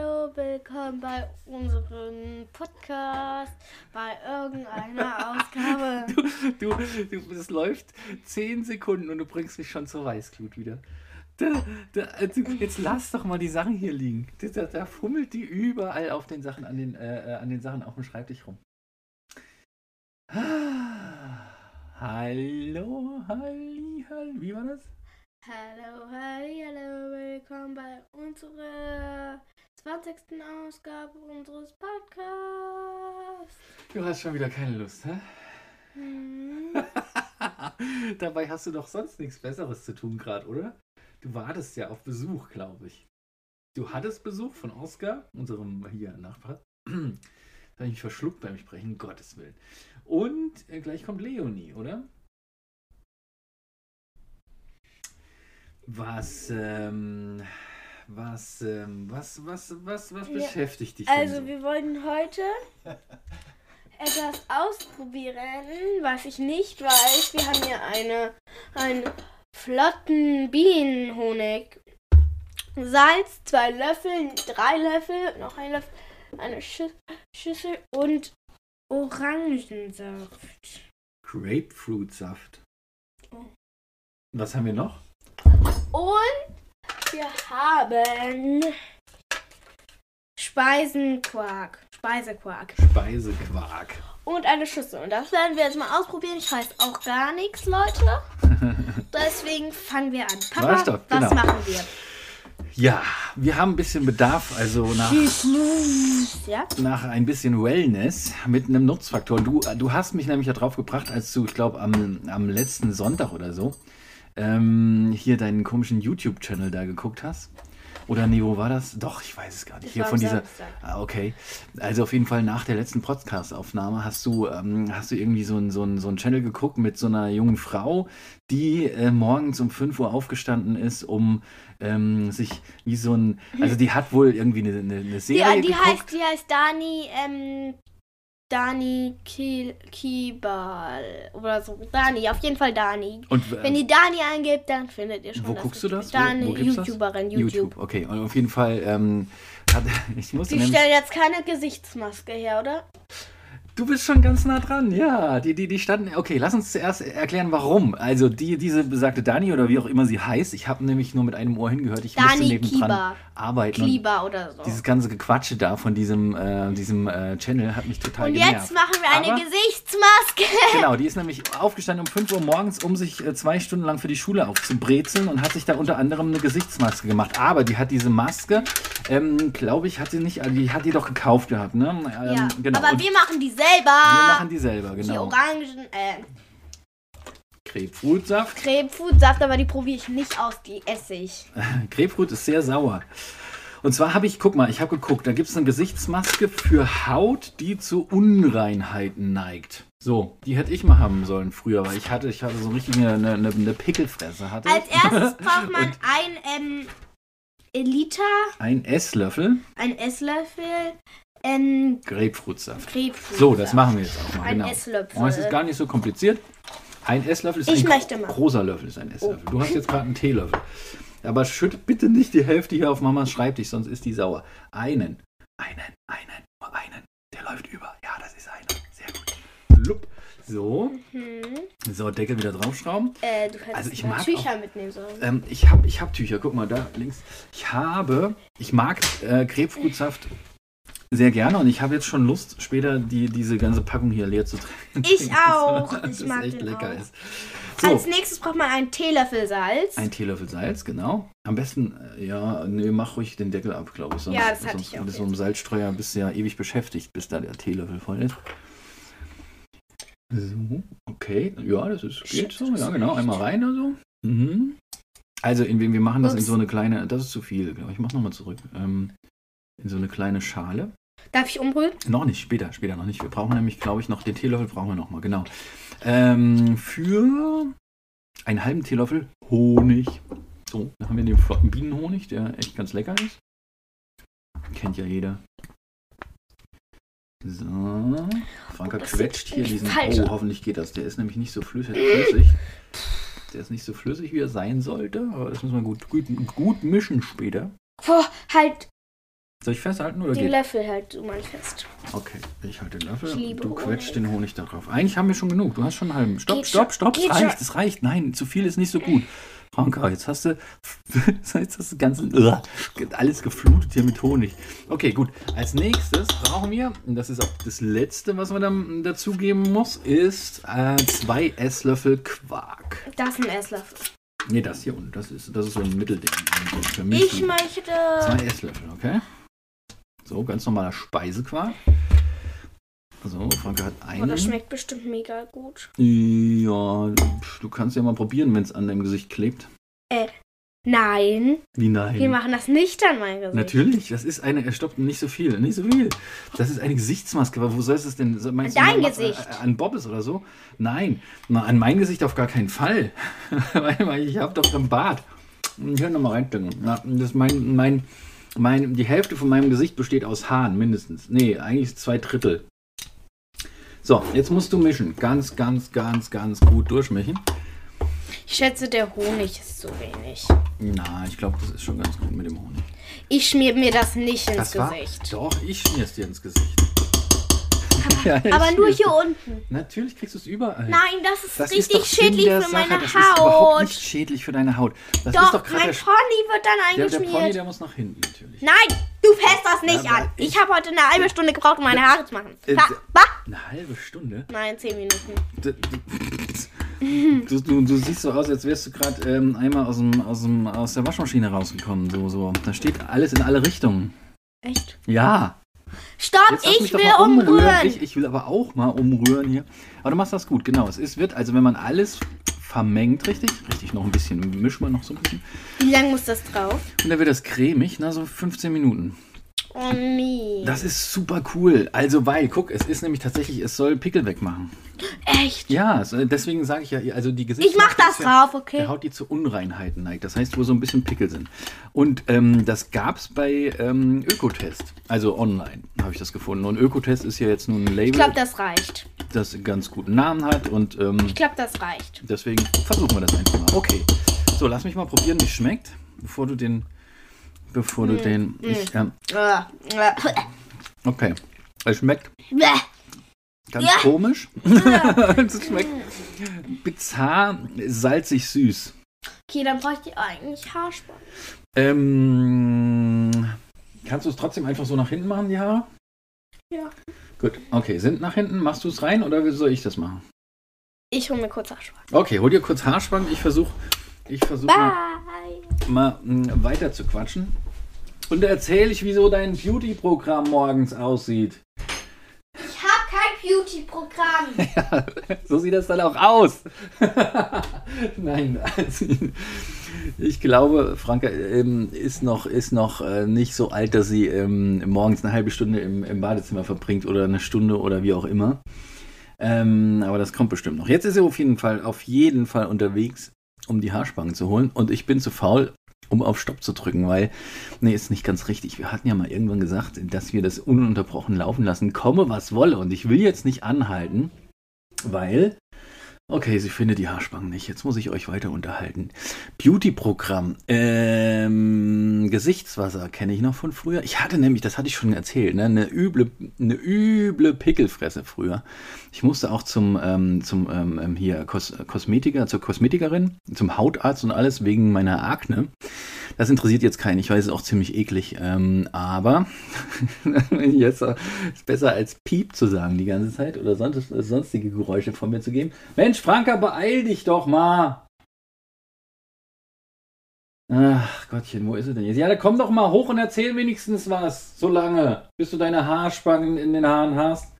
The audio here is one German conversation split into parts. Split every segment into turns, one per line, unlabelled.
willkommen bei unserem Podcast, bei irgendeiner Ausgabe.
Du, du, du, es läuft 10 Sekunden und du bringst mich schon zur Weißglut wieder. Da, da, äh, du, jetzt lass doch mal die Sachen hier liegen. Da, da, da fummelt die überall auf den Sachen, an den, äh, äh, an den Sachen auf dem Schreibtisch rum. Ah, Hallo, halli, halli. Wie war das?
Hallo, halli, hallo, willkommen bei unserer 20. Ausgabe unseres Podcasts.
Du hast schon wieder keine Lust, hä?
Hm.
Dabei hast du doch sonst nichts Besseres zu tun gerade, oder? Du wartest ja auf Besuch, glaube ich. Du hattest Besuch von Oskar, unserem hier Nachbar. Da habe ich mich verschluckt beim Sprechen, um Gottes Willen. Und äh, gleich kommt Leonie, oder? Was, ähm, was, ähm, was, was, was, was
Ja,
beschäftigt dich denn
Also,
so?
wir wollten heute etwas ausprobieren, was ich nicht weiß. Wir haben hier eine, einen flotten Bienenhonig. Salz, zwei Löffel, drei Löffel, noch ein Löffel, eine Schü Schüssel und Orangensaft.
Grapefruitsaft.
Oh.
Was haben wir noch?
Und wir haben Speisenquark. Speisequark.
Speisequark.
und eine Schüssel. Und das werden wir jetzt mal ausprobieren. Ich weiß auch gar nichts, Leute. Deswegen fangen wir an. Papa,
Reicht doch,
was
genau.
machen wir?
Ja, wir haben ein bisschen Bedarf, also nach,
Ja?
nach ein bisschen Wellness mit einem Nutzfaktor. Du, du hast mich nämlich ja drauf gebracht, als du, ich glaube, am, am letzten Sonntag oder so ähm, hier deinen komischen YouTube-Channel da geguckt hast. Oder nee, wo war das? Doch, ich weiß es gar nicht.
Das
Hier
war am
von dieser.
Samstag.
Ah, okay. Also auf jeden Fall nach der letzten Podcast-Aufnahme hast du, ähm, hast du irgendwie so einen so einen- so einen Channel geguckt mit so einer jungen Frau, die äh, morgens um 5 Uhr aufgestanden ist, um ähm, sich wie so ein. Also die hat wohl irgendwie eine, eine, eine
Die,
Serie
die,
geguckt.
heißt, die heißt Dani, ähm, Dani Ki Kibal oder so. Dani, auf jeden Fall Dani.
und,
Wenn
äh,
ihr Dani eingebt, dann findet ihr schon
wo
das
guckst du
Video.
das? Wo-
Dani,
wo gibt's das?
YouTuberin, YouTube.
YouTube, okay. Und auf jeden Fall ähm, hat, ich musste
Die
nämlich-
stellen jetzt keine Gesichtsmaske her, oder?
Du bist schon ganz nah dran, ja. Die, die, die standen. Okay, lass uns zuerst erklären, warum. Also, die, diese besagte Dani oder wie auch immer sie heißt, ich habe nämlich nur mit einem Ohr hingehört, ich musste
Dani
nebendran
Kiba.
arbeiten. Und
Kliba oder so.
dieses ganze Gequatsche da von diesem, äh, diesem äh, Channel hat mich total
Und
genervt.
jetzt machen wir eine
Aber-
Gesichtsmaske.
Genau, die ist nämlich aufgestanden um 5 Uhr morgens, um sich äh, zwei Stunden lang für die Schule aufzubrezeln und hat sich da unter anderem eine Gesichtsmaske gemacht. Aber die hat diese Maske, ähm, glaube ich, hat sie nicht, die hat die doch gekauft gehabt, ne? Ähm,
ja.
Genau.
Aber
und
wir machen die selber.
wir machen die selber,
Die
genau.
Orangen, äh,
Grapefruitsaft.
Grapefruitsaft, aber die probiere ich nicht aus, die esse ich.
Grapefruit ist sehr sauer. Und zwar habe ich, guck mal, ich habe geguckt, da gibt es eine Gesichtsmaske für Haut, die zu Unreinheiten neigt. So, die hätte ich mal haben sollen früher, weil ich hatte, ich hatte so richtig eine, eine, eine- eine Pickelfresse. Hatte
Als
ich.
erstes braucht man ein, ähm, Elita,
Ein Esslöffel
ein Esslöffel, ähm,
Grapefruitsaft.
Grapefruit.
So, das machen wir jetzt auch mal.
Ein
genau.
Esslöffel.
Und es ist gar nicht so kompliziert. Ein Esslöffel ist
Ich
ein
möchte mal.
großer Löffel ist ein Esslöffel. Du hast jetzt gerade einen Teelöffel. Aber schütt bitte nicht die Hälfte hier auf Mamas Schreibtisch, sonst ist die sauer. Einen, einen, einen, nur einen. Der läuft über. Ja, das ist einer. Sehr gut. Lupp. So,
Hm.
so Deckel wieder draufschrauben.
Äh, du hättest
Also ich
mal
mag
Tücher mitnehmen sollen.
Ähm, ich habe ich hab Tücher, guck mal da links. Ich habe, ich mag äh, Grapefruitsaft sehr gerne und ich habe jetzt schon Lust, später die, diese ganze Packung hier leer zu trinken.
Ich auch.
Weil
Ich
das
mag
echt
den
lecker
auch.
ist. So,
Als nächstes braucht man einen Teelöffel Salz.
ein Teelöffel Salz, genau. Am besten, äh, ja, nee, mach ruhig den Deckel ab, glaube ich. Sonst,
Ja, das hatte
sonst
ich auch
Mit so einem Salzstreuer bist du ja ewig beschäftigt, bis da der Teelöffel voll ist. So, okay. Ja, das ist, geht so. Ja, genau. Einmal rein oder so. Mhm. Also, in, wir wir machen das in
Ups.
so eine kleine, das ist zu viel, glaube ich. Mach nochmal zurück. Ähm, in so eine kleine Schale.
Darf ich umrühren?
Noch nicht, später, später noch nicht. Wir brauchen nämlich, glaube ich, noch den Teelöffel brauchen wir nochmal, genau. Ähm, für einen halben Teelöffel Honig. So, da haben wir den flotten Bienenhonig, der echt ganz lecker ist. Kennt ja jeder. So. Franka
Das
quetscht hier
ist
diesen.
falsch.
Oh, hoffentlich geht das. Der ist nämlich nicht so flüssig. äh, flüssig. Der ist nicht so flüssig, wie er sein sollte, aber das müssen wir gut, gut, gut mischen später.
Boah, halt
Soll ich festhalten oder
Den
geht?
Löffel halt du mal fest.
Okay, ich halte den Löffel
Ich
und
liebe
du quetscht
Honig.
den Honig da drauf. Eigentlich haben wir schon genug. Du hast schon einen halben. Stopp,
Geht schon,
stopp, stopp. Es
geht
reicht,
schon.
es reicht. Nein, zu viel ist nicht so gut. Franka, jetzt hast du jetzt hast du das ganze Uah, alles geflutet hier mit Honig. Okay, gut. Als nächstes brauchen wir, und das ist auch das letzte, was man dann dazugeben muss, ist äh, zwei Esslöffel Quark.
Das ist ein Esslöffel.
Nee, das hier unten. Das ist, das ist so ein Mittelding. Für mich
Ich möchte.
Zwei Esslöffel, okay? So, ganz normaler Speisequark. So, Franke hat
Oh,
einen.
das schmeckt bestimmt mega gut.
ja, pf, du kannst ja mal probieren, wenn es an deinem Gesicht klebt.
Nein,
Wie
wir
nein?
machen das nicht an mein Gesicht.
Natürlich, das ist eine, er stoppt nicht so viel, nicht so viel. Das ist eine Gesichtsmaske, aber wo soll es denn? so- Meinst
An dein
du,
Gesicht.
äh, An, an Bobbes oder so? Nein, na, an mein Gesicht auf gar keinen Fall. Weil weil ich habe doch einen Bart. Ich kann nochmal reinstecken. Na, das ist mein, mein, mein, die Hälfte von meinem Gesicht besteht aus Haaren, mindestens. Nee, eigentlich zwei Drittel. So, jetzt musst du mischen. Ganz, ganz, ganz, ganz gut durchmischen.
Ich schätze, der Honig ist zu wenig.
Na, ich glaube, das ist schon ganz gut mit dem Honig.
Ich schmier mir das nicht ins
Das war,
Gesicht.
Doch, ich schmier's dir ins Gesicht. Ja, ich
Aber nur
schmier's
hier
dir.
unten.
Natürlich kriegst du es überall.
Nein, das ist
das ist
richtig
doch Sinn
schädlich
der
für
Sache.
meine
das Ist überhaupt
Haut.
nicht schädlich für deine Haut. Das ist
Doch,
doch gerade
mein
der,
Pony wird dann
der, der
eingeschmiert.
Pony, der muss nach hinten natürlich.
Nein, du fährst das nicht
Ja, aber
an.
ich-
Ich habe heute eine halbe Stunde gebraucht, um meine Haare zu machen.
Äh,
Ha,
d-
wa?
Eine halbe Stunde?
Nein, zehn Minuten.
D- d- Du, du, du siehst so aus, als wärst du gerade ähm, einmal aus, dem, aus, dem, aus der Waschmaschine rausgekommen. So, so. Da steht alles in alle Richtungen.
Echt?
Ja.
Stopp,
Jetzt lass mich
ich
doch
will
mal
umrühren.
Ich, ich will aber auch mal umrühren hier. Aber du machst das gut, genau. Es ist, wird, also wenn man alles vermengt, richtig? Richtig, noch ein bisschen. Mischen wir noch so ein bisschen.
Wie lange muss das drauf?
Und dann wird das cremig, na, so 15 Minuten.
Oh nee.
Das ist super cool. Also, weil, guck, es ist nämlich tatsächlich, es soll Pickel wegmachen.
Echt?
Ja, es- äh, deswegen sage ich ja, also die Gesichter.
Ich mach das drauf, okay?
Der Haut, die zu Unreinheiten neigt. Das heißt, wo so ein bisschen Pickel sind. Und ähm, das gab es bei ähm, Ökotest. Also online habe ich das gefunden. Und Ökotest ist ja jetzt nur ein Label,
Ich glaube, das reicht.
das einen ganz guten Namen hat. Und ähm,
Ich glaube, das reicht.
deswegen versuchen wir das einfach mal. Okay. So, lass mich mal probieren, wie es schmeckt. Bevor du den. Bevor
Mm,
du den. Ich, ähm,
Äh, äh,
okay. Es schmeckt
äh.
Ganz
Ja. Ah.
komisch. es schmeckt bizarr, salzig, süß.
Okay, dann bräuchte ich eigentlich Haarspann.
Ähm, kannst du es trotzdem einfach so nach hinten machen, die Haare?
Ja.
Gut, okay, sind nach hinten. Machst du es rein oder soll ich das machen?
Ich hole mir kurz Haarspann.
Okay, hol dir kurz Haarspangen. Ich versuche ich versuch mal,
Bye.
mal mh, weiter zu quatschen. Und erzähl ich, wieso dein Beauty-Programm morgens aussieht.
Ich habe kein Beauty-Programm.
So sieht das dann auch aus. Nein, also, ich glaube, Franka ähm, ist noch, ist noch äh, nicht so alt, dass sie ähm, morgens eine halbe Stunde im, im Badezimmer verbringt oder eine Stunde oder wie auch immer. Ähm, aber das kommt bestimmt noch. Jetzt ist sie auf jeden Fall, auf jeden Fall unterwegs, um die Haarspangen zu holen. Und ich bin zu faul, um auf Stopp zu drücken, weil, nee, ist nicht ganz richtig. Wir hatten ja mal irgendwann gesagt, dass wir das ununterbrochen laufen lassen, komme was wolle. Und ich will jetzt nicht anhalten, weil, okay, sie findet die Haarspangen nicht. Jetzt muss ich euch weiter unterhalten. Beauty-Programm, ähm, Gesichtswasser kenne ich noch von früher. Ich hatte nämlich, das hatte ich schon erzählt, ne, eine üble, eine üble Pickelfresse früher. Ich musste auch zum, ähm, zum ähm, ähm, hier Kos Kosmetiker, zur Kosmetikerin, zum Hautarzt und alles wegen meiner Akne. Das interessiert jetzt keinen. Ich weiß, es ist auch ziemlich eklig, ähm, aber jetzt ist besser als Piep zu sagen die ganze Zeit oder sonst, sonstige Geräusche von mir zu geben. Mensch, Franka, beeil dich doch mal! Ach Gottchen, wo ist sie denn jetzt? Ja, dann komm doch mal hoch und erzähl wenigstens was. So lange, bis du deine Haarspangen in den Haaren hast.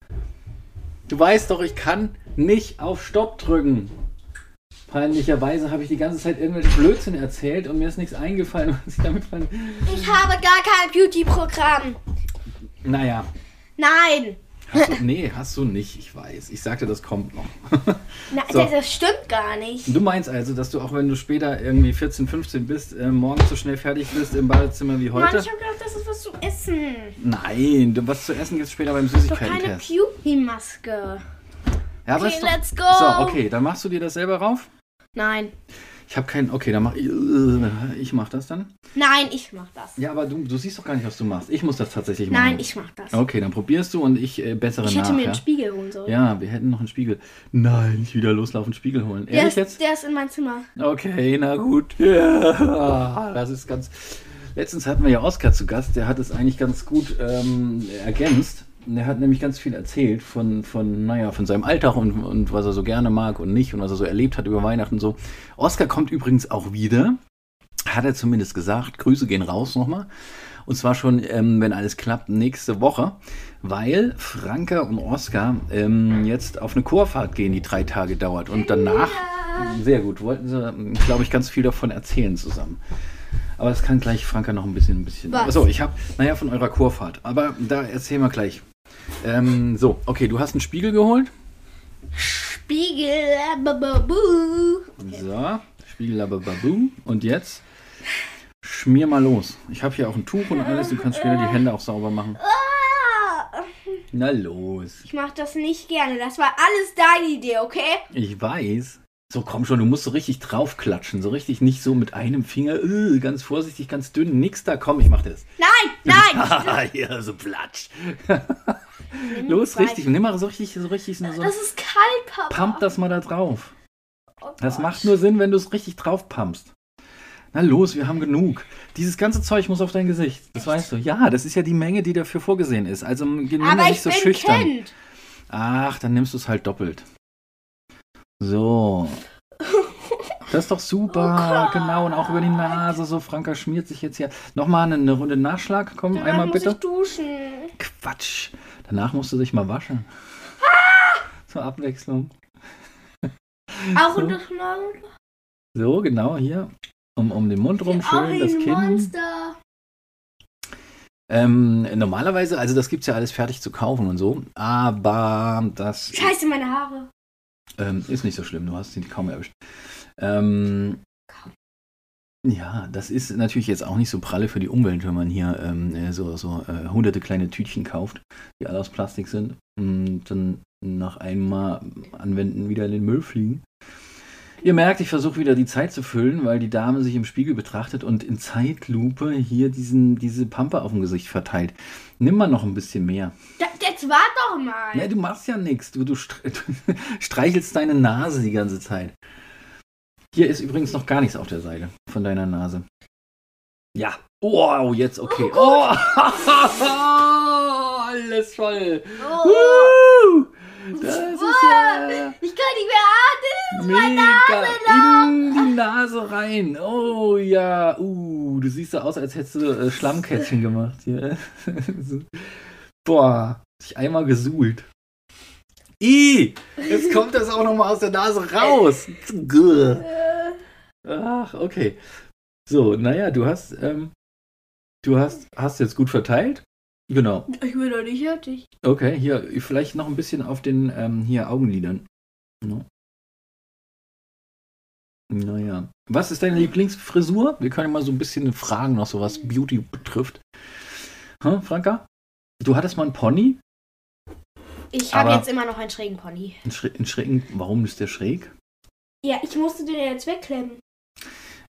Du weißt doch, ich kann nicht auf Stopp drücken. Peinlicherweise habe ich die ganze Zeit irgendwelche Blödsinn erzählt und mir ist nichts eingefallen, was ich damit fand.
Ich habe gar kein Beauty-Programm.
Naja,
Nein.
hast du, nee, hast du nicht, ich weiß. Ich sagte, das kommt noch.
Nein,
So.
das, das stimmt gar nicht.
Du meinst also, dass du auch wenn du später irgendwie 14, 15 bist, äh, morgens so schnell fertig bist im Badezimmer wie
Mann,
heute?
ich habe gedacht, das ist was zu essen.
Nein, du, was zu essen gibt es später beim
Doch keine
Süßigkeiten-Test.
Beauty-Maske.
Ja, aber
Okay,
ist
let's go.
So, okay, dann machst du dir das selber rauf.
Nein.
Ich habe keinen. Okay, dann mach ich. Ich mach das dann.
Nein, ich mach das.
Ja, aber du, du siehst doch gar nicht, was du machst. Ich muss das tatsächlich machen.
Nein, ich mach das.
Okay, dann probierst du und ich äh, bessere
Ich hätte
nach.
mir
ja?
einen Spiegel holen sollen.
ja, wir hätten noch einen Spiegel. Nein, nicht wieder loslaufen, Spiegel holen.
der,
Ehrlich
ist,
jetzt?
der ist in mein Zimmer.
Okay, na gut. Ja, das ist ganz. Letztens hatten wir ja Oskar zu Gast, der hat es eigentlich ganz gut ähm, ergänzt. Der hat nämlich ganz viel erzählt von, von, naja, von seinem Alltag und, und was er so gerne mag und nicht und was er so erlebt hat über Weihnachten und so. Oskar kommt übrigens auch wieder, hat er zumindest gesagt. Grüße gehen raus nochmal. Und zwar schon, ähm, wenn alles klappt, nächste Woche, weil Franka und Oskar ähm, jetzt auf eine Chorfahrt gehen, die drei Tage dauert. Und danach, sehr gut, wollten sie, glaube ich, ganz viel davon erzählen zusammen. Aber das kann gleich Franka noch ein bisschen. Ein bisschen.
Was?
Achso, ich habe, naja, von eurer Chorfahrt. Aber da erzählen wir gleich. Ähm, so, okay, du hast einen Spiegel geholt.
Spiegel. äh, bu- bu- bu.
So, Spiegel aber babu. Und jetzt schmier mal los. Ich habe hier auch ein Tuch und alles. Du kannst später die Hände auch sauber machen.
Ah,
Na los.
Ich mach das nicht gerne. Das war alles deine Idee, okay?
Ich weiß. So, komm schon, du musst so richtig draufklatschen. So richtig nicht so mit einem Finger. äh, ganz vorsichtig, ganz dünn. Nix da. Komm, ich mach das.
Nein, nein.
Haha, hier, so platsch. Los, richtig. Nimm mal so richtig, so richtig. So, so.
Das ist kalt, Papa.
Pump das mal da drauf.
Oh
Das
Gott.
macht nur Sinn, wenn du es richtig drauf pumpst. Na los, wir haben genug. Dieses ganze Zeug muss auf dein Gesicht. Das weißt du. Ja, das ist ja die Menge, die dafür vorgesehen ist. Also nimm
Aber
da
ich
nicht so
bin
schüchtern. Hm,
Kind.
Ach, dann nimmst du es halt doppelt. So. Das ist doch super.
Oh Gott.
genau. Und auch über die Nase. So, Franka schmiert sich jetzt hier. Nochmal eine, eine Runde Nachschlag. Komm,
Danach
einmal
muss
bitte.
ich duschen.
Quatsch. Danach musst du dich mal waschen.
Ah!
Zur Abwechslung.
Auch
So.
in das Nase.
So, genau hier. Um, um den Mund rum,
Auch
schön,
in
das
ein
Kinn.
Monster.
Ähm, normalerweise, also das gibt's ja alles fertig zu kaufen und so, aber das
Scheiße, meine Haare.
ähm, ist nicht so schlimm, du hast sie kaum erwischt. Ähm, ja, das ist natürlich jetzt auch nicht so pralle für die Umwelt, wenn man hier ähm, äh, so, so äh, hunderte kleine Tütchen kauft, die alle aus Plastik sind und dann nach einmal anwenden wieder in den Müll fliegen. Ihr merkt, ich versuche wieder die Zeit zu füllen, weil die Dame sich im Spiegel betrachtet und in Zeitlupe hier diesen, diese Pampe auf dem Gesicht verteilt. Nimm mal noch ein bisschen mehr.
Da, jetzt wart doch mal.
Ja, Ne, du machst ja nichts. Du, du str- du streichelst deine Nase die ganze Zeit. Hier ist übrigens noch gar nichts auf der Seite von deiner Nase. Ja. Wow, jetzt okay. Oh, alles voll.
oh,
Uh, das ist ja
ich kann nicht mehr atmen.
mega in die Nase rein. Oh ja. Uh, du siehst so aus, als hättest du äh, Schlammkätzchen gemacht hier. So. Boah, dich einmal gesuhlt. I, jetzt kommt das auch noch mal aus der Nase raus. Grr.
Äh,
Ach, okay. So, naja, du hast, ähm, du hast, hast jetzt gut verteilt. Genau.
Ich bin doch nicht fertig.
Okay, hier vielleicht noch ein bisschen auf den ähm, hier Augenlidern. No. Naja. Was ist deine Lieblingsfrisur? Wir können mal so ein bisschen fragen noch so, was Beauty betrifft. Hm, Franka? Du hattest mal einen Pony?
Ich habe
Aber-
jetzt immer noch einen schrägen Pony.
Einen, Schre einen schrägen, warum ist der schräg?
Ja, ich musste den jetzt wegklemmen.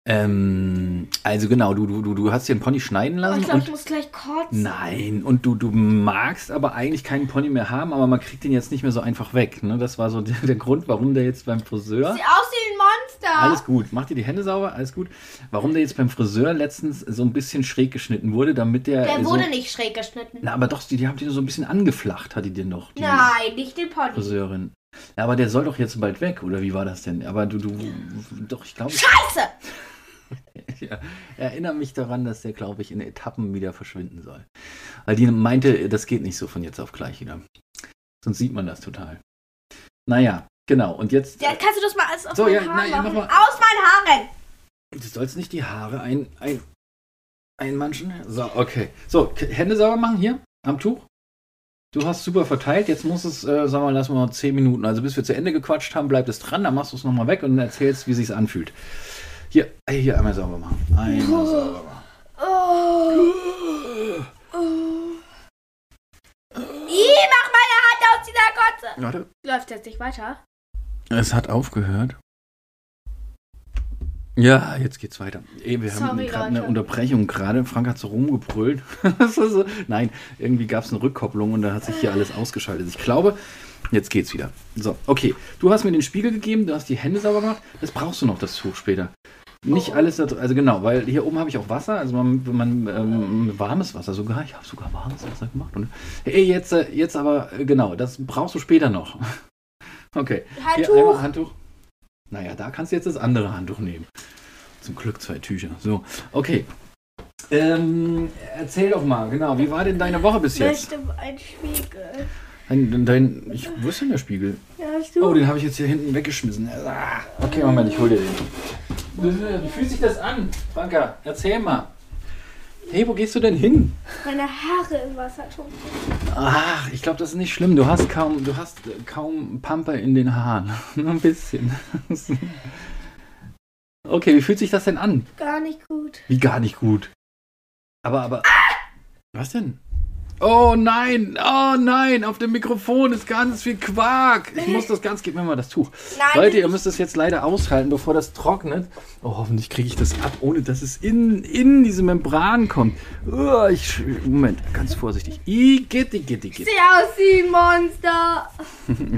Ähm, also genau, du, du, du- du hast dir einen Pony schneiden
Aber
lassen
Oh, ich glaube,
und
ich muss gleich kotzen.
Nein, und du, du magst aber eigentlich keinen Pony mehr haben, aber man kriegt den jetzt nicht mehr so einfach weg. Ne? Das war so der, der Grund, warum der jetzt beim Friseur.
Sieht aus wie ein Monster.
Alles gut, mach dir die Hände sauber, alles gut. Warum der jetzt beim Friseur letztens so ein bisschen schräg geschnitten wurde, damit der.
Der
äh, so,
wurde nicht schräg geschnitten.
Na, aber doch, die, die haben den so ein bisschen angeflacht, hat die den doch, die Also-
Nein, nicht den Pony.
Friseurin. Ja, aber der soll doch jetzt bald weg, oder wie war das denn? Aber du, du, doch, ich glaube,
Scheiße!
ich erinnere mich daran, dass der, glaube ich, in Etappen wieder verschwinden soll. Weil die meinte, das geht nicht so von jetzt auf gleich wieder. Sonst sieht man das total. Naja, genau. Und jetzt,
Ja, kannst du das mal alles aus
So,
meinen
ja,
Haaren
nein, ja,
machen?
nochmal.
Aus meinen Haaren!
du sollst nicht die Haare ein, ein, einmanschen. So, okay. So, K- Hände sauber machen hier am Tuch. Du hast super verteilt. Jetzt muss es, äh, sagen wir, lassen wir mal 10 Minuten. Also bis wir zu Ende gequatscht haben, bleibt es dran. Dann machst du es nochmal weg und erzählst, wie sich's anfühlt. Hier, hier einmal sauber machen. Einmal sauber machen.
Oh. Oh. Ich mach meine Hand aus dieser Kotze!
Warte.
Läuft jetzt nicht weiter.
Es hat aufgehört. Ja, jetzt geht's weiter. Ey, wir haben
Sorry,
gerade eine
Leute.
Unterbrechung gerade. Frank hat so rumgebrüllt. Das ist so- Nein, irgendwie gab es eine Rückkopplung und da hat sich hier alles ausgeschaltet. Ich glaube, jetzt geht's wieder. So, okay. Du hast mir den Spiegel gegeben, du hast die Hände sauber gemacht. Das brauchst du noch, das Tuch später. Nicht
Oh, oh.
alles, da dr- also genau, weil hier oben habe ich auch Wasser, also man, man ähm, warmes Wasser sogar. Ich habe sogar warmes Wasser gemacht. Und, hey, jetzt, äh, jetzt aber, äh, genau, das brauchst du später noch. Okay. Hier
Handtuch.
einmal Handtuch. Naja, da kannst du jetzt das andere Handtuch nehmen. Zum Glück zwei Tücher. So, okay. Ähm, erzähl doch mal, genau, wie war denn deine Woche bis
Ich
jetzt?
möchte einen Spiegel.
Dein, dein, ich, wo ist denn der Spiegel?
Ja, hast
Oh,
du?
den habe ich jetzt hier hinten weggeschmissen. Ah, Okay, Moment, ich hol dir den. Wie fühlt sich das an, Franka? Erzähl mal. Hey, wo gehst du denn hin?
Meine Haare im Wasser tun.
Ach, ich glaube, das ist nicht schlimm. Du hast kaum, du hast äh, kaum Pamper in den Haaren. Nur ein bisschen. Okay, wie fühlt sich das denn an?
Gar nicht gut.
Wie gar nicht gut. Aber, aber. Was denn? Oh nein, oh nein, auf dem Mikrofon ist ganz viel Quark. Ich muss das ganz, gib mir mal das Tuch.
Nein.
Leute, ihr müsst es jetzt leider aushalten, bevor das trocknet. Oh, hoffentlich kriege ich das ab, ohne dass es in, in diese Membran kommt. Uah, ich, sch- Moment, ganz vorsichtig. Igitt, igitt, igitt.
Sieh aus wie ein Monster.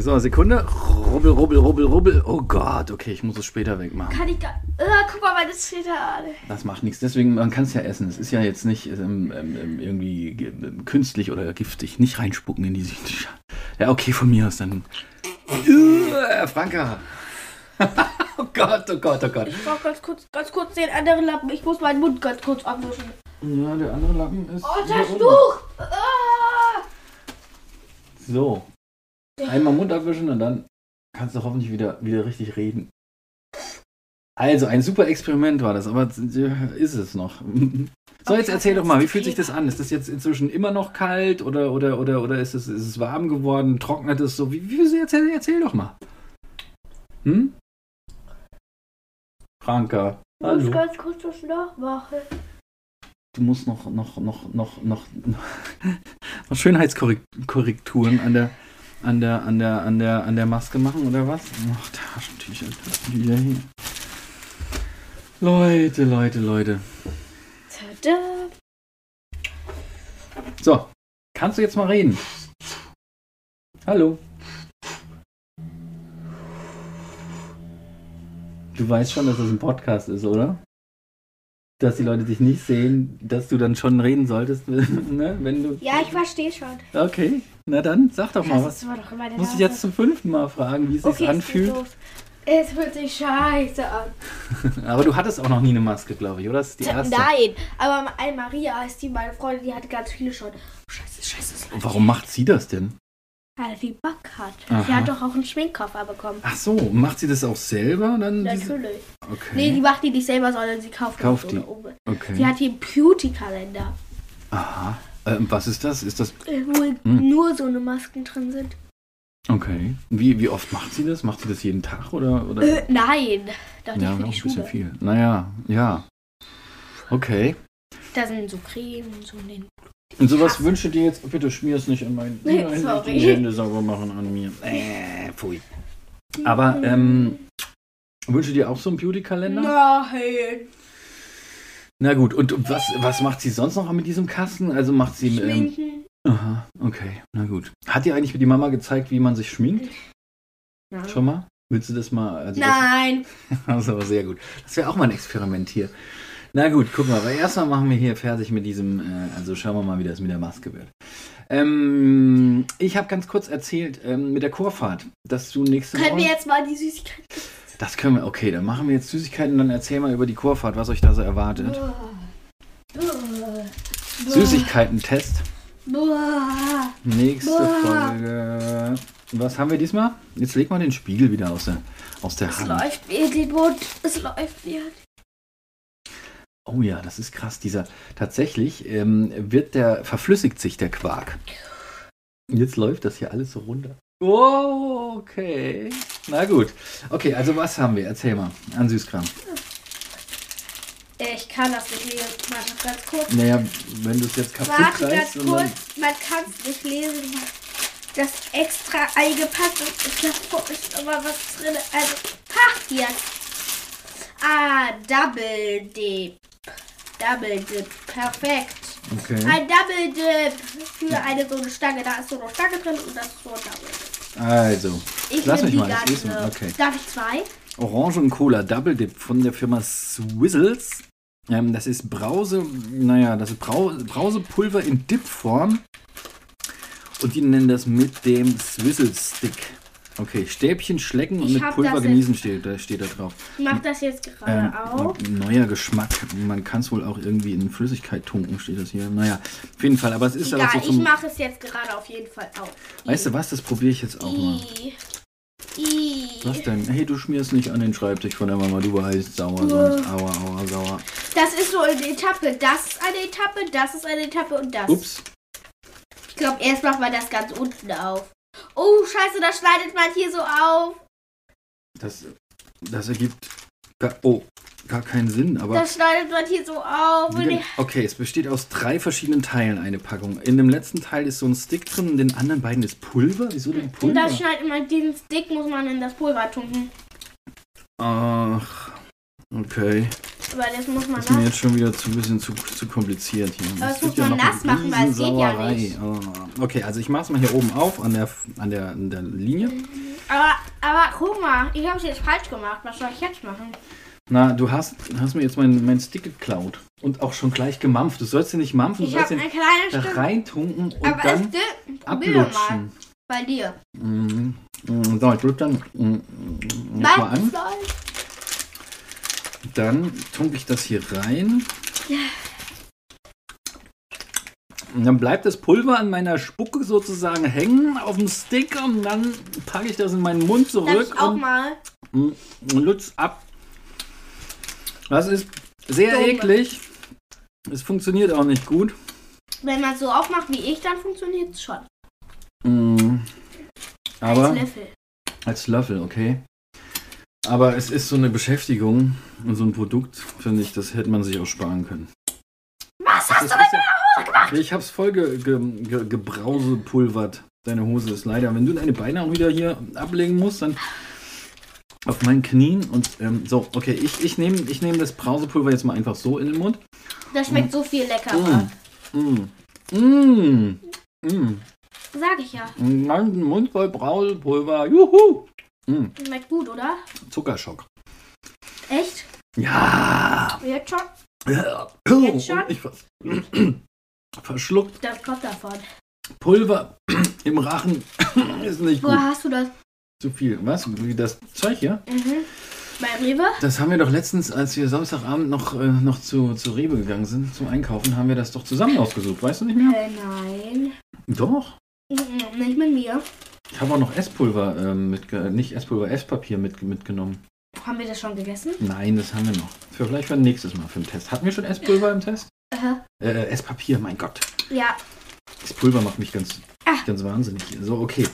So, Sekunde. Rubbel, rubbel, rubbel, rubbel. Oh Gott, okay, ich muss es später wegmachen.
Kann ich gar. Ah, guck mal meine Schritte
Das macht nichts. Deswegen, man kann es ja essen. Es ist ja jetzt nicht ähm, ähm, ähm, irgendwie ge- ähm, künstlich oder giftig. Nicht reinspucken in diese. Ja, okay, von mir aus dann. Uah, Franka. oh Gott, oh Gott, oh Gott.
Ich brauch ganz kurz, ganz kurz den anderen Lappen. Ich muss meinen Mund ganz kurz abwischen.
Ja, der andere Lappen ist.
Oh,
hier
das
unten.
Tuch! Ah!
So. Einmal Mund abwischen und dann kannst du hoffentlich wieder, wieder richtig reden. Also, ein super Experiment war das, aber ist es noch. So, jetzt erzähl doch mal, wie fühlt sich das an? Ist das jetzt inzwischen immer noch kalt oder, oder, oder, oder ist, es, ist es warm geworden? Trocknet es so? Wie, wie erzähl, erzähl doch mal. Hm? Franka.
Ich muss
Hallo.
ganz kurz das noch machen.
Du musst noch, noch, noch, noch, noch, noch Schönheitskorrekturen an der, an der, an der, an der, an der Maske machen oder was? Ach, Taschentücher, Taschentücher hier. Leute, Leute, Leute.
Tada.
So, kannst du jetzt mal reden? Hallo. Du weißt schon, dass das ein Podcast ist, oder? Dass die Leute dich nicht sehen, dass du dann schon reden solltest, ne? wenn du
Ja, ich verstehe schon.
Okay, na dann sag doch mal,
Das
was
ist immer noch in meiner
muss ich
Nase.
jetzt zum fünften Mal fragen, wie es
okay,
sich
es
anfühlt?
geht los. Es fühlt sich scheiße an.
Aber du hattest auch noch nie eine Maske, glaube ich, oder? Das ist die erste.
Nein, aber ein Maria ist die, meine Freundin, die hatte ganz viele schon. Scheiße, scheiße.
Und Warum macht sie das denn?
Weil sie Bock hat. Sie
Aha.
hat doch auch einen Schminkkoffer bekommen.
Ach so, macht sie das auch selber? Dann diese-
Natürlich.
Okay.
Nee, die macht die nicht selber, sondern sie kauft,
Kauft
das
die.
ohne Umwelt. Sie
okay.
hat hier einen Beauty-Kalender,
Aha. Ähm, was ist das? Ist das
äh, wo
Hm.
nur so eine Masken drin sind.
okay? Wie, wie oft macht sie das? Macht sie das jeden Tag oder oder?
Äh, nein, doch nicht
ja,
für
noch
die
ein bisschen
Schule.
viel. Naja, ja. Okay.
Da sind so Cremen, so den.
Und sowas
Hasse.
wünsche dir jetzt, bitte schmier es nicht an meinen
Nee,
Nein,
sorry.
nicht die Hände sauber machen an mir. Äh, pfui. Aber, ähm, Wünsche dir auch so einen Beauty-Kalender?
Nein.
Na gut, und was, was macht sie sonst noch mit diesem Kasten? Also macht sie. Ähm,
Schminken.
aha, okay, na gut. Hat dir eigentlich die Mama gezeigt, wie man sich schminkt?
Nein.
Schon mal? Willst du das mal? Also
Nein.
Das, das ist aber sehr gut. Das wäre auch mal ein Experiment hier. Na gut, guck mal, aber erstmal machen wir hier fertig mit diesem. Äh, also schauen wir mal, wie das mit der Maske wird. Ähm, ich habe ganz kurz erzählt ähm, mit der Chorfahrt, dass du nächste
Können
Woche.
wir jetzt mal die Süßigkeit.
das können wir, okay, dann machen wir jetzt Süßigkeiten und dann erzähl mal über die Chorfahrt, was euch da so erwartet. Süßigkeiten-Test.
Boah.
Nächste
Boah.
Folge. Was haben wir diesmal? Jetzt leg mal den Spiegel wieder aus der, aus der
Es
Hand.
läuft mir in den Mund. Es läuft mir.
Oh ja, das ist krass. Dieser tatsächlich ähm, wird der verflüssigt sich der Quark. Jetzt läuft das hier alles so runter. Oh, okay. Na gut. Okay, also was haben wir? Erzähl mal. An Süßkram.
Äh, Ich kann das nicht lesen. Warte ganz kurz.
Naja, wenn du es jetzt kaputt
Warte ganz
reißt und dann.
kurz. Man kann es nicht lesen. weil Das extra eingepackt ist. Ich glaube, ist immer was drin. Also, ha, jetzt. Ah, Double Dip. Double Dip. Perfekt.
Okay.
Ein Double Dip für eine so eine Stange. Da ist so eine Stange drin und das ist so ein Double Dip.
Also,
Ich
Lass
nehm
mich mal,
die
ich
ganze.
lese mal. Okay.
Darf ich zwei?
Orange und Cola Double Dip von der Firma Swizzles. Ähm, das ist Brause, naja, das ist Brau Brausepulver in Dipform. Und die nennen das mit dem Swizzle Stick. Okay, Stäbchen schlecken und
Ich
mit
hab
Pulver
das
genießen steht, da steht da drauf.
Ich mach das jetzt gerade
Ähm,
auf.
neuer Geschmack. Man kann es wohl auch irgendwie in Flüssigkeit tunken, steht das hier. Naja, auf jeden Fall. Aber es ist
Egal,
aber so
ich
zum.
mache es jetzt gerade auf jeden Fall auf.
Weißt du was? Das probiere ich jetzt auch mal.
I. I.
Was denn? Hey, du schmierst nicht an den Schreibtisch von der Mama. Du weißt, sauer sonst. Aua, aua, sauer.
Das ist so eine Etappe. Das ist eine Etappe, das ist eine Etappe und das.
Ups.
Ich glaube, erst macht man das ganz unten auf. Oh, scheiße, das schneidet man hier so auf.
Das, das ergibt gar, oh, gar keinen Sinn. Aber
Das schneidet man hier so auf.
Wie
Und
denn? Okay, es besteht aus drei verschiedenen Teilen eine Packung. In dem letzten Teil ist so ein Stick drin, in den anderen beiden ist Pulver. Wieso denn
Und
Pulver?
da schneidet man den Stick, muss man in das Pulver tunken.
Ach, okay.
Aber das muss man
Ist mir
nass.
jetzt schon wieder zu ein bisschen zu, zu kompliziert hier.
Aber das muss
gibt
man
noch eine
nass machen, weil es geht ja nicht.
Riesensauerei. Ah, Okay, also ich mach's mal hier oben auf an der, an der, an der Linie.
Aber, aber guck mal, ich habe es jetzt falsch gemacht. Was soll ich jetzt machen?
Na, du hast, hast mir jetzt meinen mein Stick geklaut und auch schon gleich gemampft. Du sollst den nicht mampfen, du
Ich
sollst
habe
den
ein kleines
Hm, da
Stück.
reintunken und
Aber es
dann
stimmt. Probier doch mal.
ablutschen.
Bei dir.
Mhm. Mhm. So, ich drück dann mhm, nochmal an.
soll?
Dann tunke ich das hier rein. Und dann bleibt das Pulver an meiner Spucke sozusagen hängen auf dem Stick und dann packe ich das in meinen Mund
Darf
zurück
ich auch
und,
mal?
und lutsch ab. Das ist sehr
Dumm.
eklig. Es funktioniert auch nicht gut.
Wenn man so aufmacht wie ich, dann funktioniert es schon.
Mhm. Aber
Als Löffel.
Als Löffel, okay. Aber es ist so eine Beschäftigung und so ein Produkt, finde ich, das hätte man sich auch sparen können.
Was hast
Das
du
ist
denn
ja-
da Hose gemacht?
Ich hab's voll ge ge ge gebrausepulvert. Deine Hose ist leider. Wenn du deine Beine auch wieder hier ablegen musst, dann auf meinen Knien und ähm, so, okay, ich, ich nehme ich nehm das Brausepulver jetzt mal einfach so in den Mund.
Das
Mhm.
schmeckt so viel leckerer.
Mm, mm, mm, mm.
Sag ich ja.
Einen ganzen Mund voll Brausepulver. Juhu! Mm.
Schmeckt gut, oder?
Zuckerschock.
Echt?
Ja!
Jetzt schon?
Jetzt
schon?
Ich vers verschluckt
Das kommt davon.
Pulver im Rachen ist nicht
Woher
gut.
hast du das?
Zu viel. Was? Wie das Zeug hier?
Mhm. Beim Rewe?
Das haben wir doch letztens, als wir Samstagabend noch, äh, noch zu, zu Rewe gegangen sind, zum Einkaufen, haben wir das doch zusammen ausgesucht. Weißt du nicht mehr?
Äh, nein.
Doch.
Mhm, Nicht mit mir.
Ich habe auch noch Esspulver ähm, mitge nicht Esspulver, Esspapier mit mitgenommen.
Haben wir das schon gegessen?
Nein, das haben wir noch. Für vielleicht für nächstes Mal für den Test. Hatten wir schon Esspulver im Test?
Äh,
Äh, Esspapier, mein Gott.
ja.
Das Pulver macht mich ganz,
Ah.
ganz wahnsinnig. So, okay.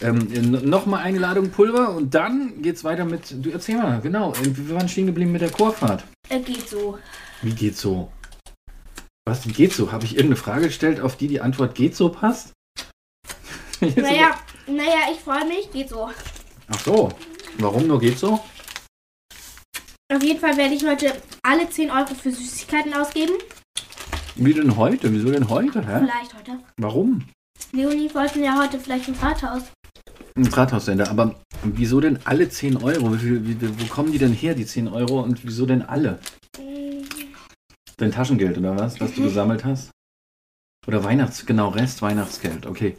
Ähm, Nochmal eine Ladung Pulver und dann geht's weiter mit. Du erzähl mal, genau. äh, Wir waren stehen geblieben mit der Chorfahrt.
Äh, geht so.
Wie geht's so? Was wie geht's so? Habe ich irgendeine Frage gestellt, auf die die Antwort geht so passt?
Naja, naja, ich freue mich. Geht so.
Ach so. Warum nur geht so?
Auf jeden Fall werde ich heute alle 10 Euro für Süßigkeiten ausgeben.
Wie denn heute? Wieso denn heute? Hä?
Vielleicht heute.
Warum?
Leonie wollten ja heute vielleicht ein Rathaus.
Ein Rathausländer. Aber wieso denn alle 10 Euro? Wie, viel- wie, wie- wo kommen die denn her, die 10 Euro? Und wieso denn alle? Ähm, Dein Taschengeld oder was, das du gesammelt hast? Oder Weihnachts, genau, Rest Weihnachtsgeld, okay.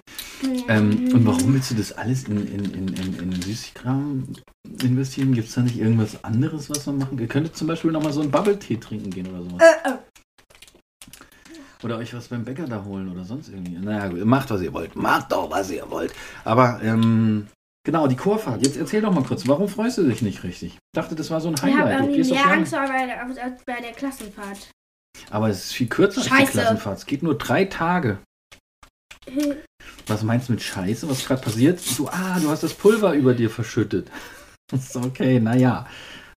Ähm, und warum willst du das alles in, in, in, in, in Süßigkram investieren? Gibt es da nicht irgendwas anderes, was man machen kann? Ihr könntet zum Beispiel nochmal so einen Bubble-Tee trinken gehen oder sowas.
Äh, äh.
Oder euch was beim Bäcker da holen oder sonst irgendwie. Naja, gut, macht, was ihr wollt. Macht doch, was ihr wollt. Aber, ähm, genau, die Chorfahrt. Jetzt erzähl doch mal kurz, warum freust du dich nicht richtig? Ich dachte, das war so ein
Ich habe
Highlight. Du
irgendwie
gehst doch
mehr
gerne.
Angst vor bei der, als bei der Klassenfahrt.
Aber es ist viel kürzer als
Scheiße.
die Klassenfahrt. Es geht nur drei Tage. Was meinst du mit Scheiße? Was gerade passiert? Du, ah, du hast das Pulver über dir verschüttet. Das ist okay, naja.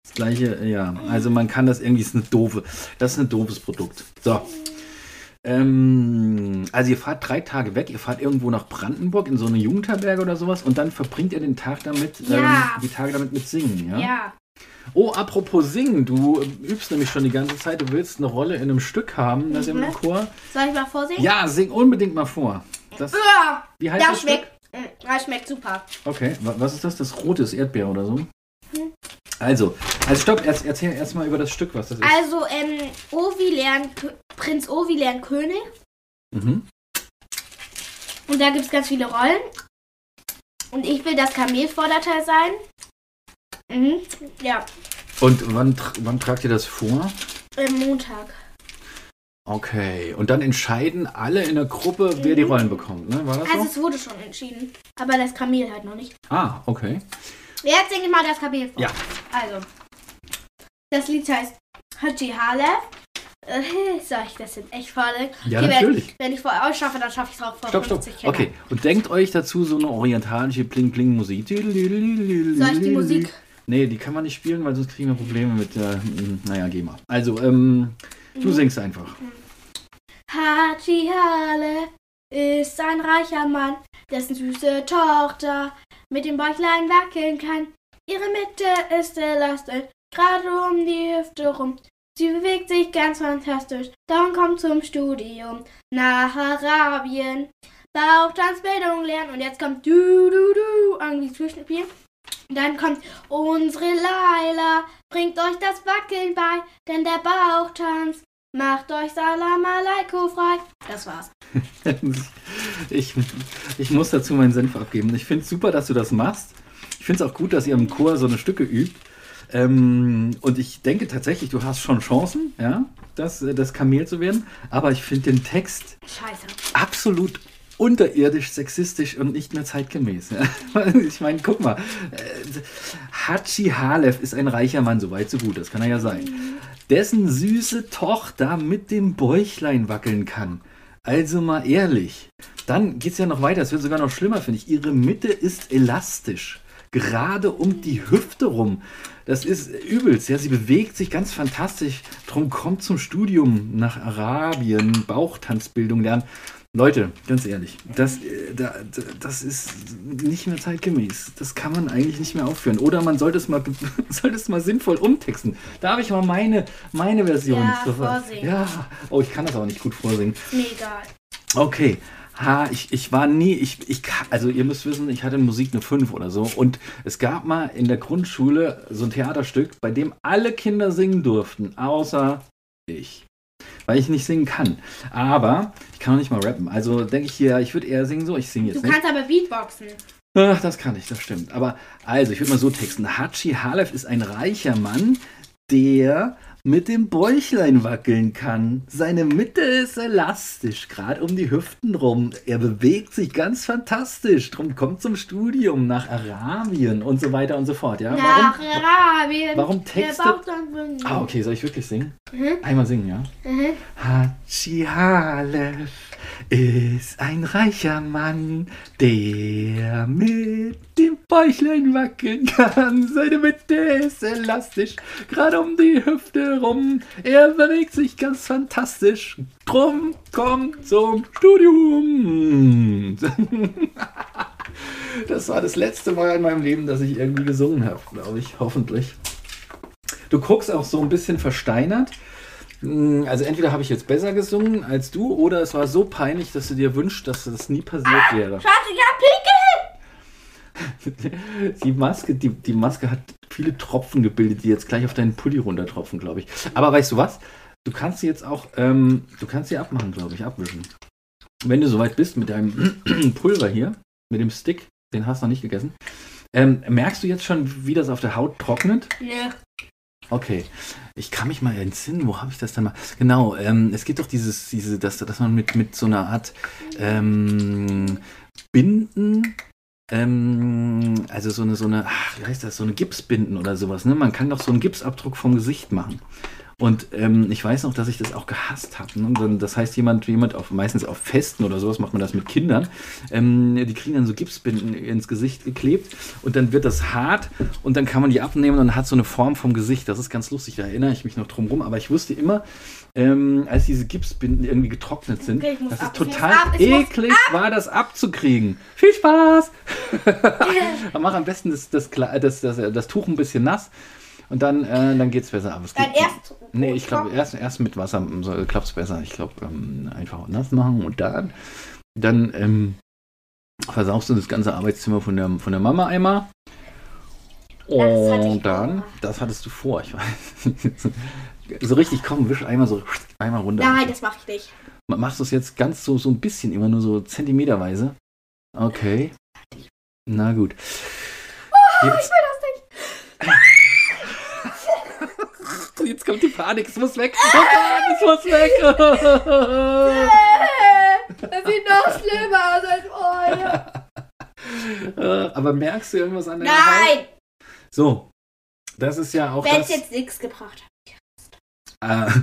Das gleiche, ja. Also man kann das irgendwie, ist eine doofe. Das ist ein doofes Produkt. So. Ähm, also ihr fahrt drei Tage weg, ihr fahrt irgendwo nach Brandenburg in so eine Jugendherberge oder sowas und dann verbringt ihr den Tag damit,
Ja.
ähm, die Tage damit mit Singen, ja?
Ja.
Oh, apropos singen, du übst nämlich schon die ganze Zeit, du willst eine Rolle in einem Stück haben, das im
Mhm.
Chor.
Soll ich mal vorsingen?
Ja, sing unbedingt mal vor. Das,
Ah,
wie heißt
das
das Stück?
schmeckt. Mm, Das schmeckt super.
Okay, wa- was ist das? Das rote ist Erdbeer oder so?
Hm.
Also, also stopp, erz- erzähl erstmal über das Stück, was das ist.
Also, ähm, Ovi lernt, Prinz Ovi lernt König.
Mhm.
Und da gibt es ganz viele Rollen. Und ich will das Kamelvorderteil sein. Mhm. Ja,
Und wann, tr- wann tragt ihr das vor?
am ähm, Montag.
Okay, und dann entscheiden alle in der Gruppe, wer die Rollen bekommt, ne? War das
Mhm. Also,
so?
es wurde schon entschieden. Aber das Kamel halt noch nicht.
Ah, okay.
Wer singe ich mal das Kamel vor?
Ja.
Also, das Lied heißt Haji Halef. Äh, Soll ich das jetzt echt vorlegen?
Ja,
Okay,
natürlich.
Wenn, wenn ich vor euch schaffe, dann schaffe ich es auch vor
Stopp, stopp.
50 Kindern.
Okay, und denkt euch dazu so eine orientalische Pling-Pling-Musik.
Soll
Soll
ich die Musik?
Nee, die kann man nicht spielen, weil sonst kriegen wir Probleme mit der. mm, Naja, geh mal. Also, ähm, du singst einfach.
Haji Halef ist ein reicher Mann, dessen süße Tochter mit dem Bäuchlein wackeln kann. Ihre Mitte ist elastisch, gerade um die Hüfte rum. Sie bewegt sich ganz fantastisch, darum kommt zum Studium nach Arabien. Bauchtanzbildung lernen und jetzt kommt du du du irgendwie Zwischenspiel. Und Dann kommt unsere Laila, bringt euch das Wackeln bei, denn der Bauchtanz macht euch Salam Aleiko frei. Das war's.
ich, ich muss dazu meinen Senf abgeben. Ich finde es super, dass du das machst. Ich finde es auch gut, dass ihr im Chor so eine Stücke übt. Ähm, und ich denke tatsächlich, du hast schon Chancen, ja, das, äh, das Kamel zu werden. Aber ich finde den Text
Scheiße.
absolut unterirdisch, sexistisch und nicht mehr zeitgemäß. Ja. Ich meine, guck mal, äh, Hachi Halef ist ein reicher Mann, so weit, so gut, das kann er ja sein. Dessen süße Tochter mit dem Bäuchlein wackeln kann. Also mal ehrlich. Dann geht's ja noch weiter, es wird sogar noch schlimmer, finde ich. Ihre Mitte ist elastisch. Gerade um die Hüfte rum. Das ist übelst. Ja, sie bewegt sich ganz fantastisch. Drum kommt zum Studium nach Arabien, Bauchtanzbildung lernen. Leute, ganz ehrlich, das, äh, da, da- das ist nicht mehr zeitgemäß. Das kann man eigentlich nicht mehr aufführen. Oder man sollte es mal, sollte es mal sinnvoll umtexten. Darf ich mal meine, meine Version?
Ja,
zur-
vorsingen.
Ja, oh, ich kann das aber nicht gut vorsingen.
Mega.
Okay. Ha, ich, ich war nie, ich, ich, ka- also ihr müsst wissen, ich hatte in Musik eine 5 oder so. Und es gab mal in der Grundschule so ein Theaterstück, bei dem alle Kinder singen durften, außer ich. Weil ich nicht singen kann. Aber ich kann auch nicht mal rappen. Also denke ich hier, ich würde eher singen so, ich singe jetzt
Du
nicht.
kannst aber Beatboxen.
Ach, das kann ich, das stimmt. Aber also, ich würde mal so texten. Hachi Halef ist ein reicher Mann, der mit dem Bäuchlein wackeln kann. Seine Mitte ist elastisch, gerade um die Hüften rum. Er bewegt sich ganz fantastisch. Drum kommt zum Studium nach Arabien und so weiter und so fort. Ja,
Nach
warum?
Arabien.
warum
Der
textet-
Bauchtanz.
Ah, okay, soll ich wirklich singen?
Mhm.
Einmal singen, ja?
Mhm.
Hachi Halef ist ein reicher Mann, der mit dem Bäuchlein wackeln kann. Seine Mitte ist elastisch, gerade um die Hüfte rum. Er bewegt sich ganz fantastisch. Drum kommt zum Studium. Das war das letzte Mal in meinem Leben, dass ich irgendwie gesungen habe, glaube ich, hoffentlich. Du guckst auch so ein bisschen versteinert. Mm, Also entweder habe ich jetzt besser gesungen als du oder es war so peinlich, dass du dir wünschst, dass das nie passiert wäre.
Scheiße, ich hab Pickel!
Die Maske, die, die Maske hat viele Tropfen gebildet, die jetzt gleich auf deinen Pulli runtertropfen, glaube ich. Aber weißt du was? Du kannst sie jetzt auch, ähm, du kannst sie abmachen, glaube ich, abwischen. Wenn du soweit bist mit deinem Pulver hier, mit dem Stick, den hast du noch nicht gegessen, ähm, merkst du jetzt schon, wie das auf der Haut trocknet?
Nö.
Okay, ich kann mich mal entsinnen, wo habe ich das denn mal? Genau, ähm, es gibt doch dieses, diese, dass, dass man mit, mit so einer Art ähm, Binden, ähm, also so eine, so eine, ach, wie heißt das, so eine Gipsbinden oder sowas, ne? Man kann doch so einen Gipsabdruck vom Gesicht machen. Und ähm, ich weiß noch, dass ich das auch gehasst habe. Ne? Dann- Das heißt, jemand, jemand auf, meistens auf Festen oder sowas macht man das mit Kindern. Ähm, die kriegen dann so Gipsbinden ins Gesicht geklebt und dann wird das hart und dann kann man die abnehmen und dann hat so eine Form vom Gesicht. Das ist ganz lustig, da erinnere ich mich noch drum rum. Aber ich wusste immer, ähm, als diese Gipsbinden irgendwie getrocknet sind,
Okay, ich muss
dass
ab,
es
ich muss
total
ab, ich muss
eklig war, das abzukriegen. Viel äh, Spaß! Mach am besten das, das, Kle- das, das, das Tuch ein bisschen nass Und dann, äh, dann geht's besser. Aber es
Dann
geht-
erst.
Nee, ich glaube, erst, erst mit Wasser so, klappt es besser. Ich glaube, ähm, einfach nass machen und dann, dann ähm, versaust du das ganze Arbeitszimmer von der, von der Mama einmal.
Das hatte ich
Und dann,
vor.
das hattest du vor, ich weiß. so richtig, komm, wisch einmal so, einmal runter.
Nein, das mache ich nicht.
Ma- Machst du es jetzt ganz so, so ein bisschen, immer nur so zentimeterweise? Okay. Na gut.
Oh,
Jetzt, jetzt kommt die Panik, es muss weg. Oh Gott, es muss weg.
Das sieht noch schlimmer aus als vorher.
Äh, Aber merkst du irgendwas an deiner Haut?
Nein,
So, das ist ja auch
wenn es
das.
jetzt nichts gebracht hat.
Äh,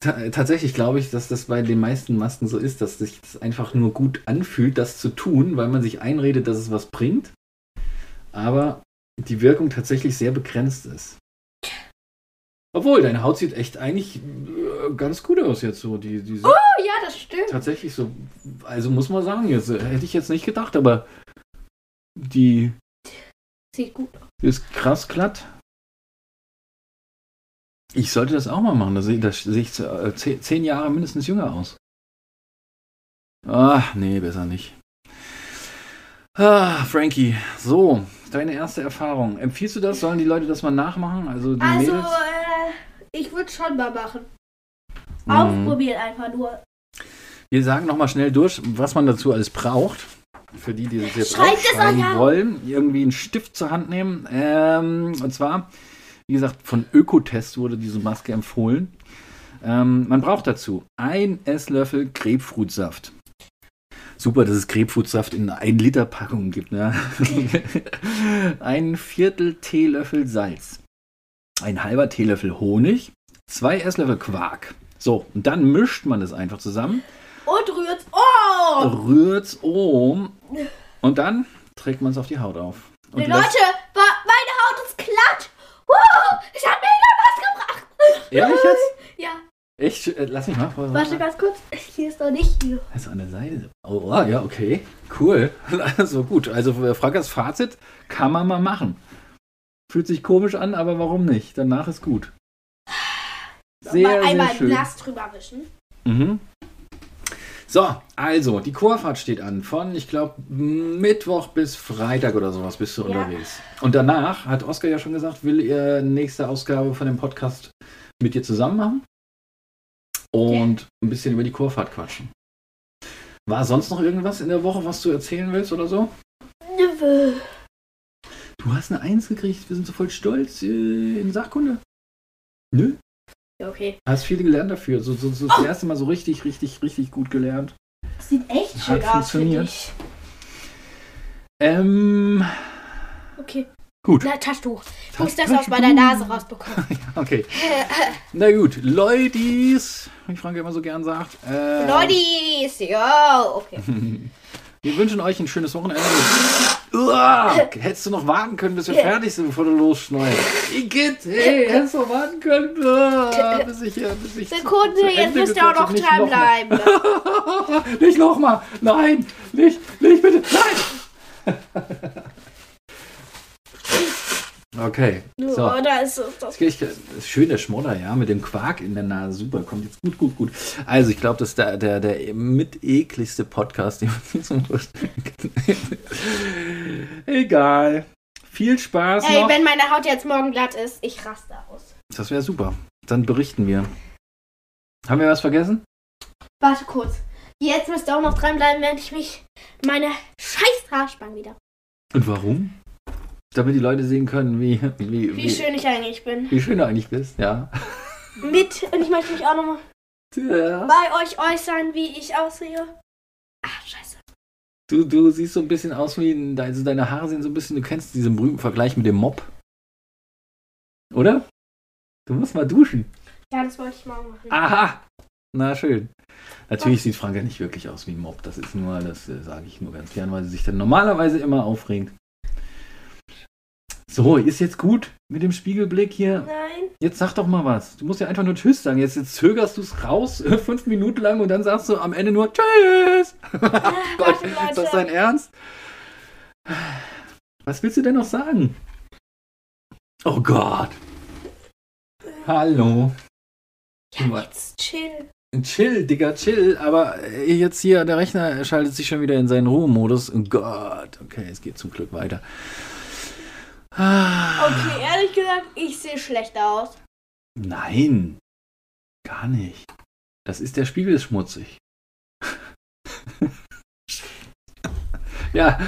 ta- tatsächlich glaube ich, dass das bei den meisten Masken so ist, dass sich das einfach nur gut anfühlt, das zu tun, weil man sich einredet, dass es was bringt, aber die Wirkung tatsächlich sehr begrenzt ist. Obwohl, deine Haut sieht echt eigentlich äh, ganz gut aus jetzt so. Die, die sieht
Oh ja, das stimmt.
tatsächlich so. Also muss man sagen, jetzt äh, hätte ich jetzt nicht gedacht, aber die
Sieht gut aus.
ist krass glatt. Ich sollte das auch mal machen. Da sehe da sehe ich zu- äh, zeh- zehn Jahre mindestens jünger aus. Ach, nee, besser nicht. Ah, Frankie, so, deine erste Erfahrung. Empfiehlst du das? Sollen die Leute das mal nachmachen? Also die
Also,
Mädels?
äh, ich würde schon mal machen.
Mhm.
Aufprobieren einfach nur.
Wir sagen nochmal schnell durch, was man dazu alles braucht. Für die, die das jetzt
Schreibt es
aufschreiben
euch auf.
wollen, irgendwie einen Stift zur Hand nehmen. Ähm, und zwar, wie gesagt, von Ökotest wurde diese Maske empfohlen. Ähm, man braucht dazu ein Esslöffel Grapefruitsaft. Super, dass es Grapefruitsaft in 1 Liter Packungen gibt. Ne? ein Viertel Teelöffel Salz. Ein halber Teelöffel Honig. Zwei Esslöffel Quark. So, und dann mischt man das einfach zusammen
Und rührt's. Oh!
rührt's um und dann trägt man es auf die Haut auf. Und
Leute,
lässt,
wa- meine Haut ist glatt. Wow, ich hab mega was gebracht.
ehrlich jetzt?
Ja,
Echt? Äh, Lass mich mal.
warte ganz kurz. Hier ist noch nicht hier.
Also an der Seite. Oh, ah, ja, okay. Cool. Also gut. Also äh, Fraggers Fazit kann man mal machen. Fühlt sich komisch an, aber warum nicht? Danach ist gut.
mal
Sehr, sehr
einmal
schön.
nass drüber wischen.
Mhm. So, also, die Chorfahrt steht an. Von, ich glaube, Mittwoch bis Freitag oder sowas bist du
Ja.
unterwegs. Und danach, hat Oskar ja schon gesagt, will ihr nächste Ausgabe von dem Podcast mit dir zusammen machen und ein bisschen über die Chorfahrt quatschen. War sonst noch irgendwas in der Woche, was du erzählen willst oder so?
Nö.
Du hast eine Eins gekriegt, wir sind so voll stolz äh, in Sachkunde. Nö,
Ja, okay.
hast viel gelernt dafür. So, so, so das erste Mal so richtig, richtig, richtig gut gelernt.
Das sieht echt schön
Hat
aus, finde
funktioniert.
ich.
Ähm,
Okay.
Gut.
Na, Taschentuch. Ich muss das
Taschentuch.
aus meiner Nase rausbekommen.
okay. Na gut, Leutis, wie Frank immer so gern sagt. Äh,
Lollis, ja, okay.
Wir wünschen euch ein schönes Wochenende. Uah, hättest du noch warten können, bis wir fertig sind, bevor du losschneidest. Igitt, hey, hättest du noch warten können, Uah, bis ich, äh, bis ich zu- zu
Sekunde, jetzt
Ende
müsst ihr auch
gequatscht hab.
noch
Nicht
dranbleiben.
noch- Nicht nochmal, nein, nicht, nicht bitte, nein. Okay, so.
Oh, da ist es doch.
Das ist echt- das ist schön, der Schmodder, ja, mit dem Quark in der Nase. Super, kommt jetzt gut, gut, gut. Also, ich glaube, das ist der, der, der mit ekligste Podcast, den man sich so vorstellen kann. Egal. Viel Spaß
Ey,
noch.
wenn meine Haut jetzt morgen glatt ist, ich raste aus.
Das wäre super. Dann berichten wir. Haben wir was vergessen?
Warte kurz. Jetzt müsst ihr auch noch dranbleiben, wenn ich mich meine scheiß Haarspangen wieder.
Und warum? Damit die Leute sehen können, wie, wie,
Wie schön ich eigentlich bin.
wie schön du eigentlich bist, ja.
Mit, und ich möchte mich auch nochmal
ja.
bei euch äußern, wie ich aussehe. Ah, scheiße.
Du, du siehst so ein bisschen aus wie, ein, also deine Haare sehen so ein bisschen, du kennst diesen berühmten Vergleich mit dem Mob. Oder? Du musst mal duschen.
Ja, das wollte ich morgen machen.
Aha! Na schön. Natürlich sieht Franka nicht wirklich aus wie ein Mob. Das ist nur, das äh, sage ich nur ganz gern, weil sie sich dann normalerweise immer aufregt. So, ist jetzt gut mit dem Spiegelblick hier.
Nein.
Jetzt sag doch mal was. Du musst ja einfach nur Tschüss sagen. Jetzt, jetzt zögerst du es raus, äh, fünf Minuten lang, und dann sagst du am Ende nur Tschüss.
Ach,
Gott, ist das dein Ernst? Was willst du denn noch sagen? Oh Gott. Hallo.
Ja, jetzt chill.
Chill, Digga, chill. Aber äh, jetzt hier, der Rechner schaltet sich schon wieder in seinen Ruhemodus. Oh Gott. Okay, es geht zum Glück weiter. Ah.
Okay, ehrlich gesagt, ich sehe schlecht aus.
Nein. Gar nicht. Das ist der Spiegel ist schmutzig. ja,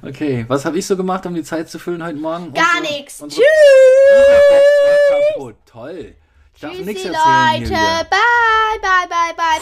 okay. Was habe ich so gemacht, um die Zeit zu füllen heute Morgen?
Gar
Unsere-
nichts.
unsere-
Tschüss.
Oh, toll. Ich darf nichts
Tschüssi,
erzählen.
Leute.
Julia.
Bye, bye, bye, bye.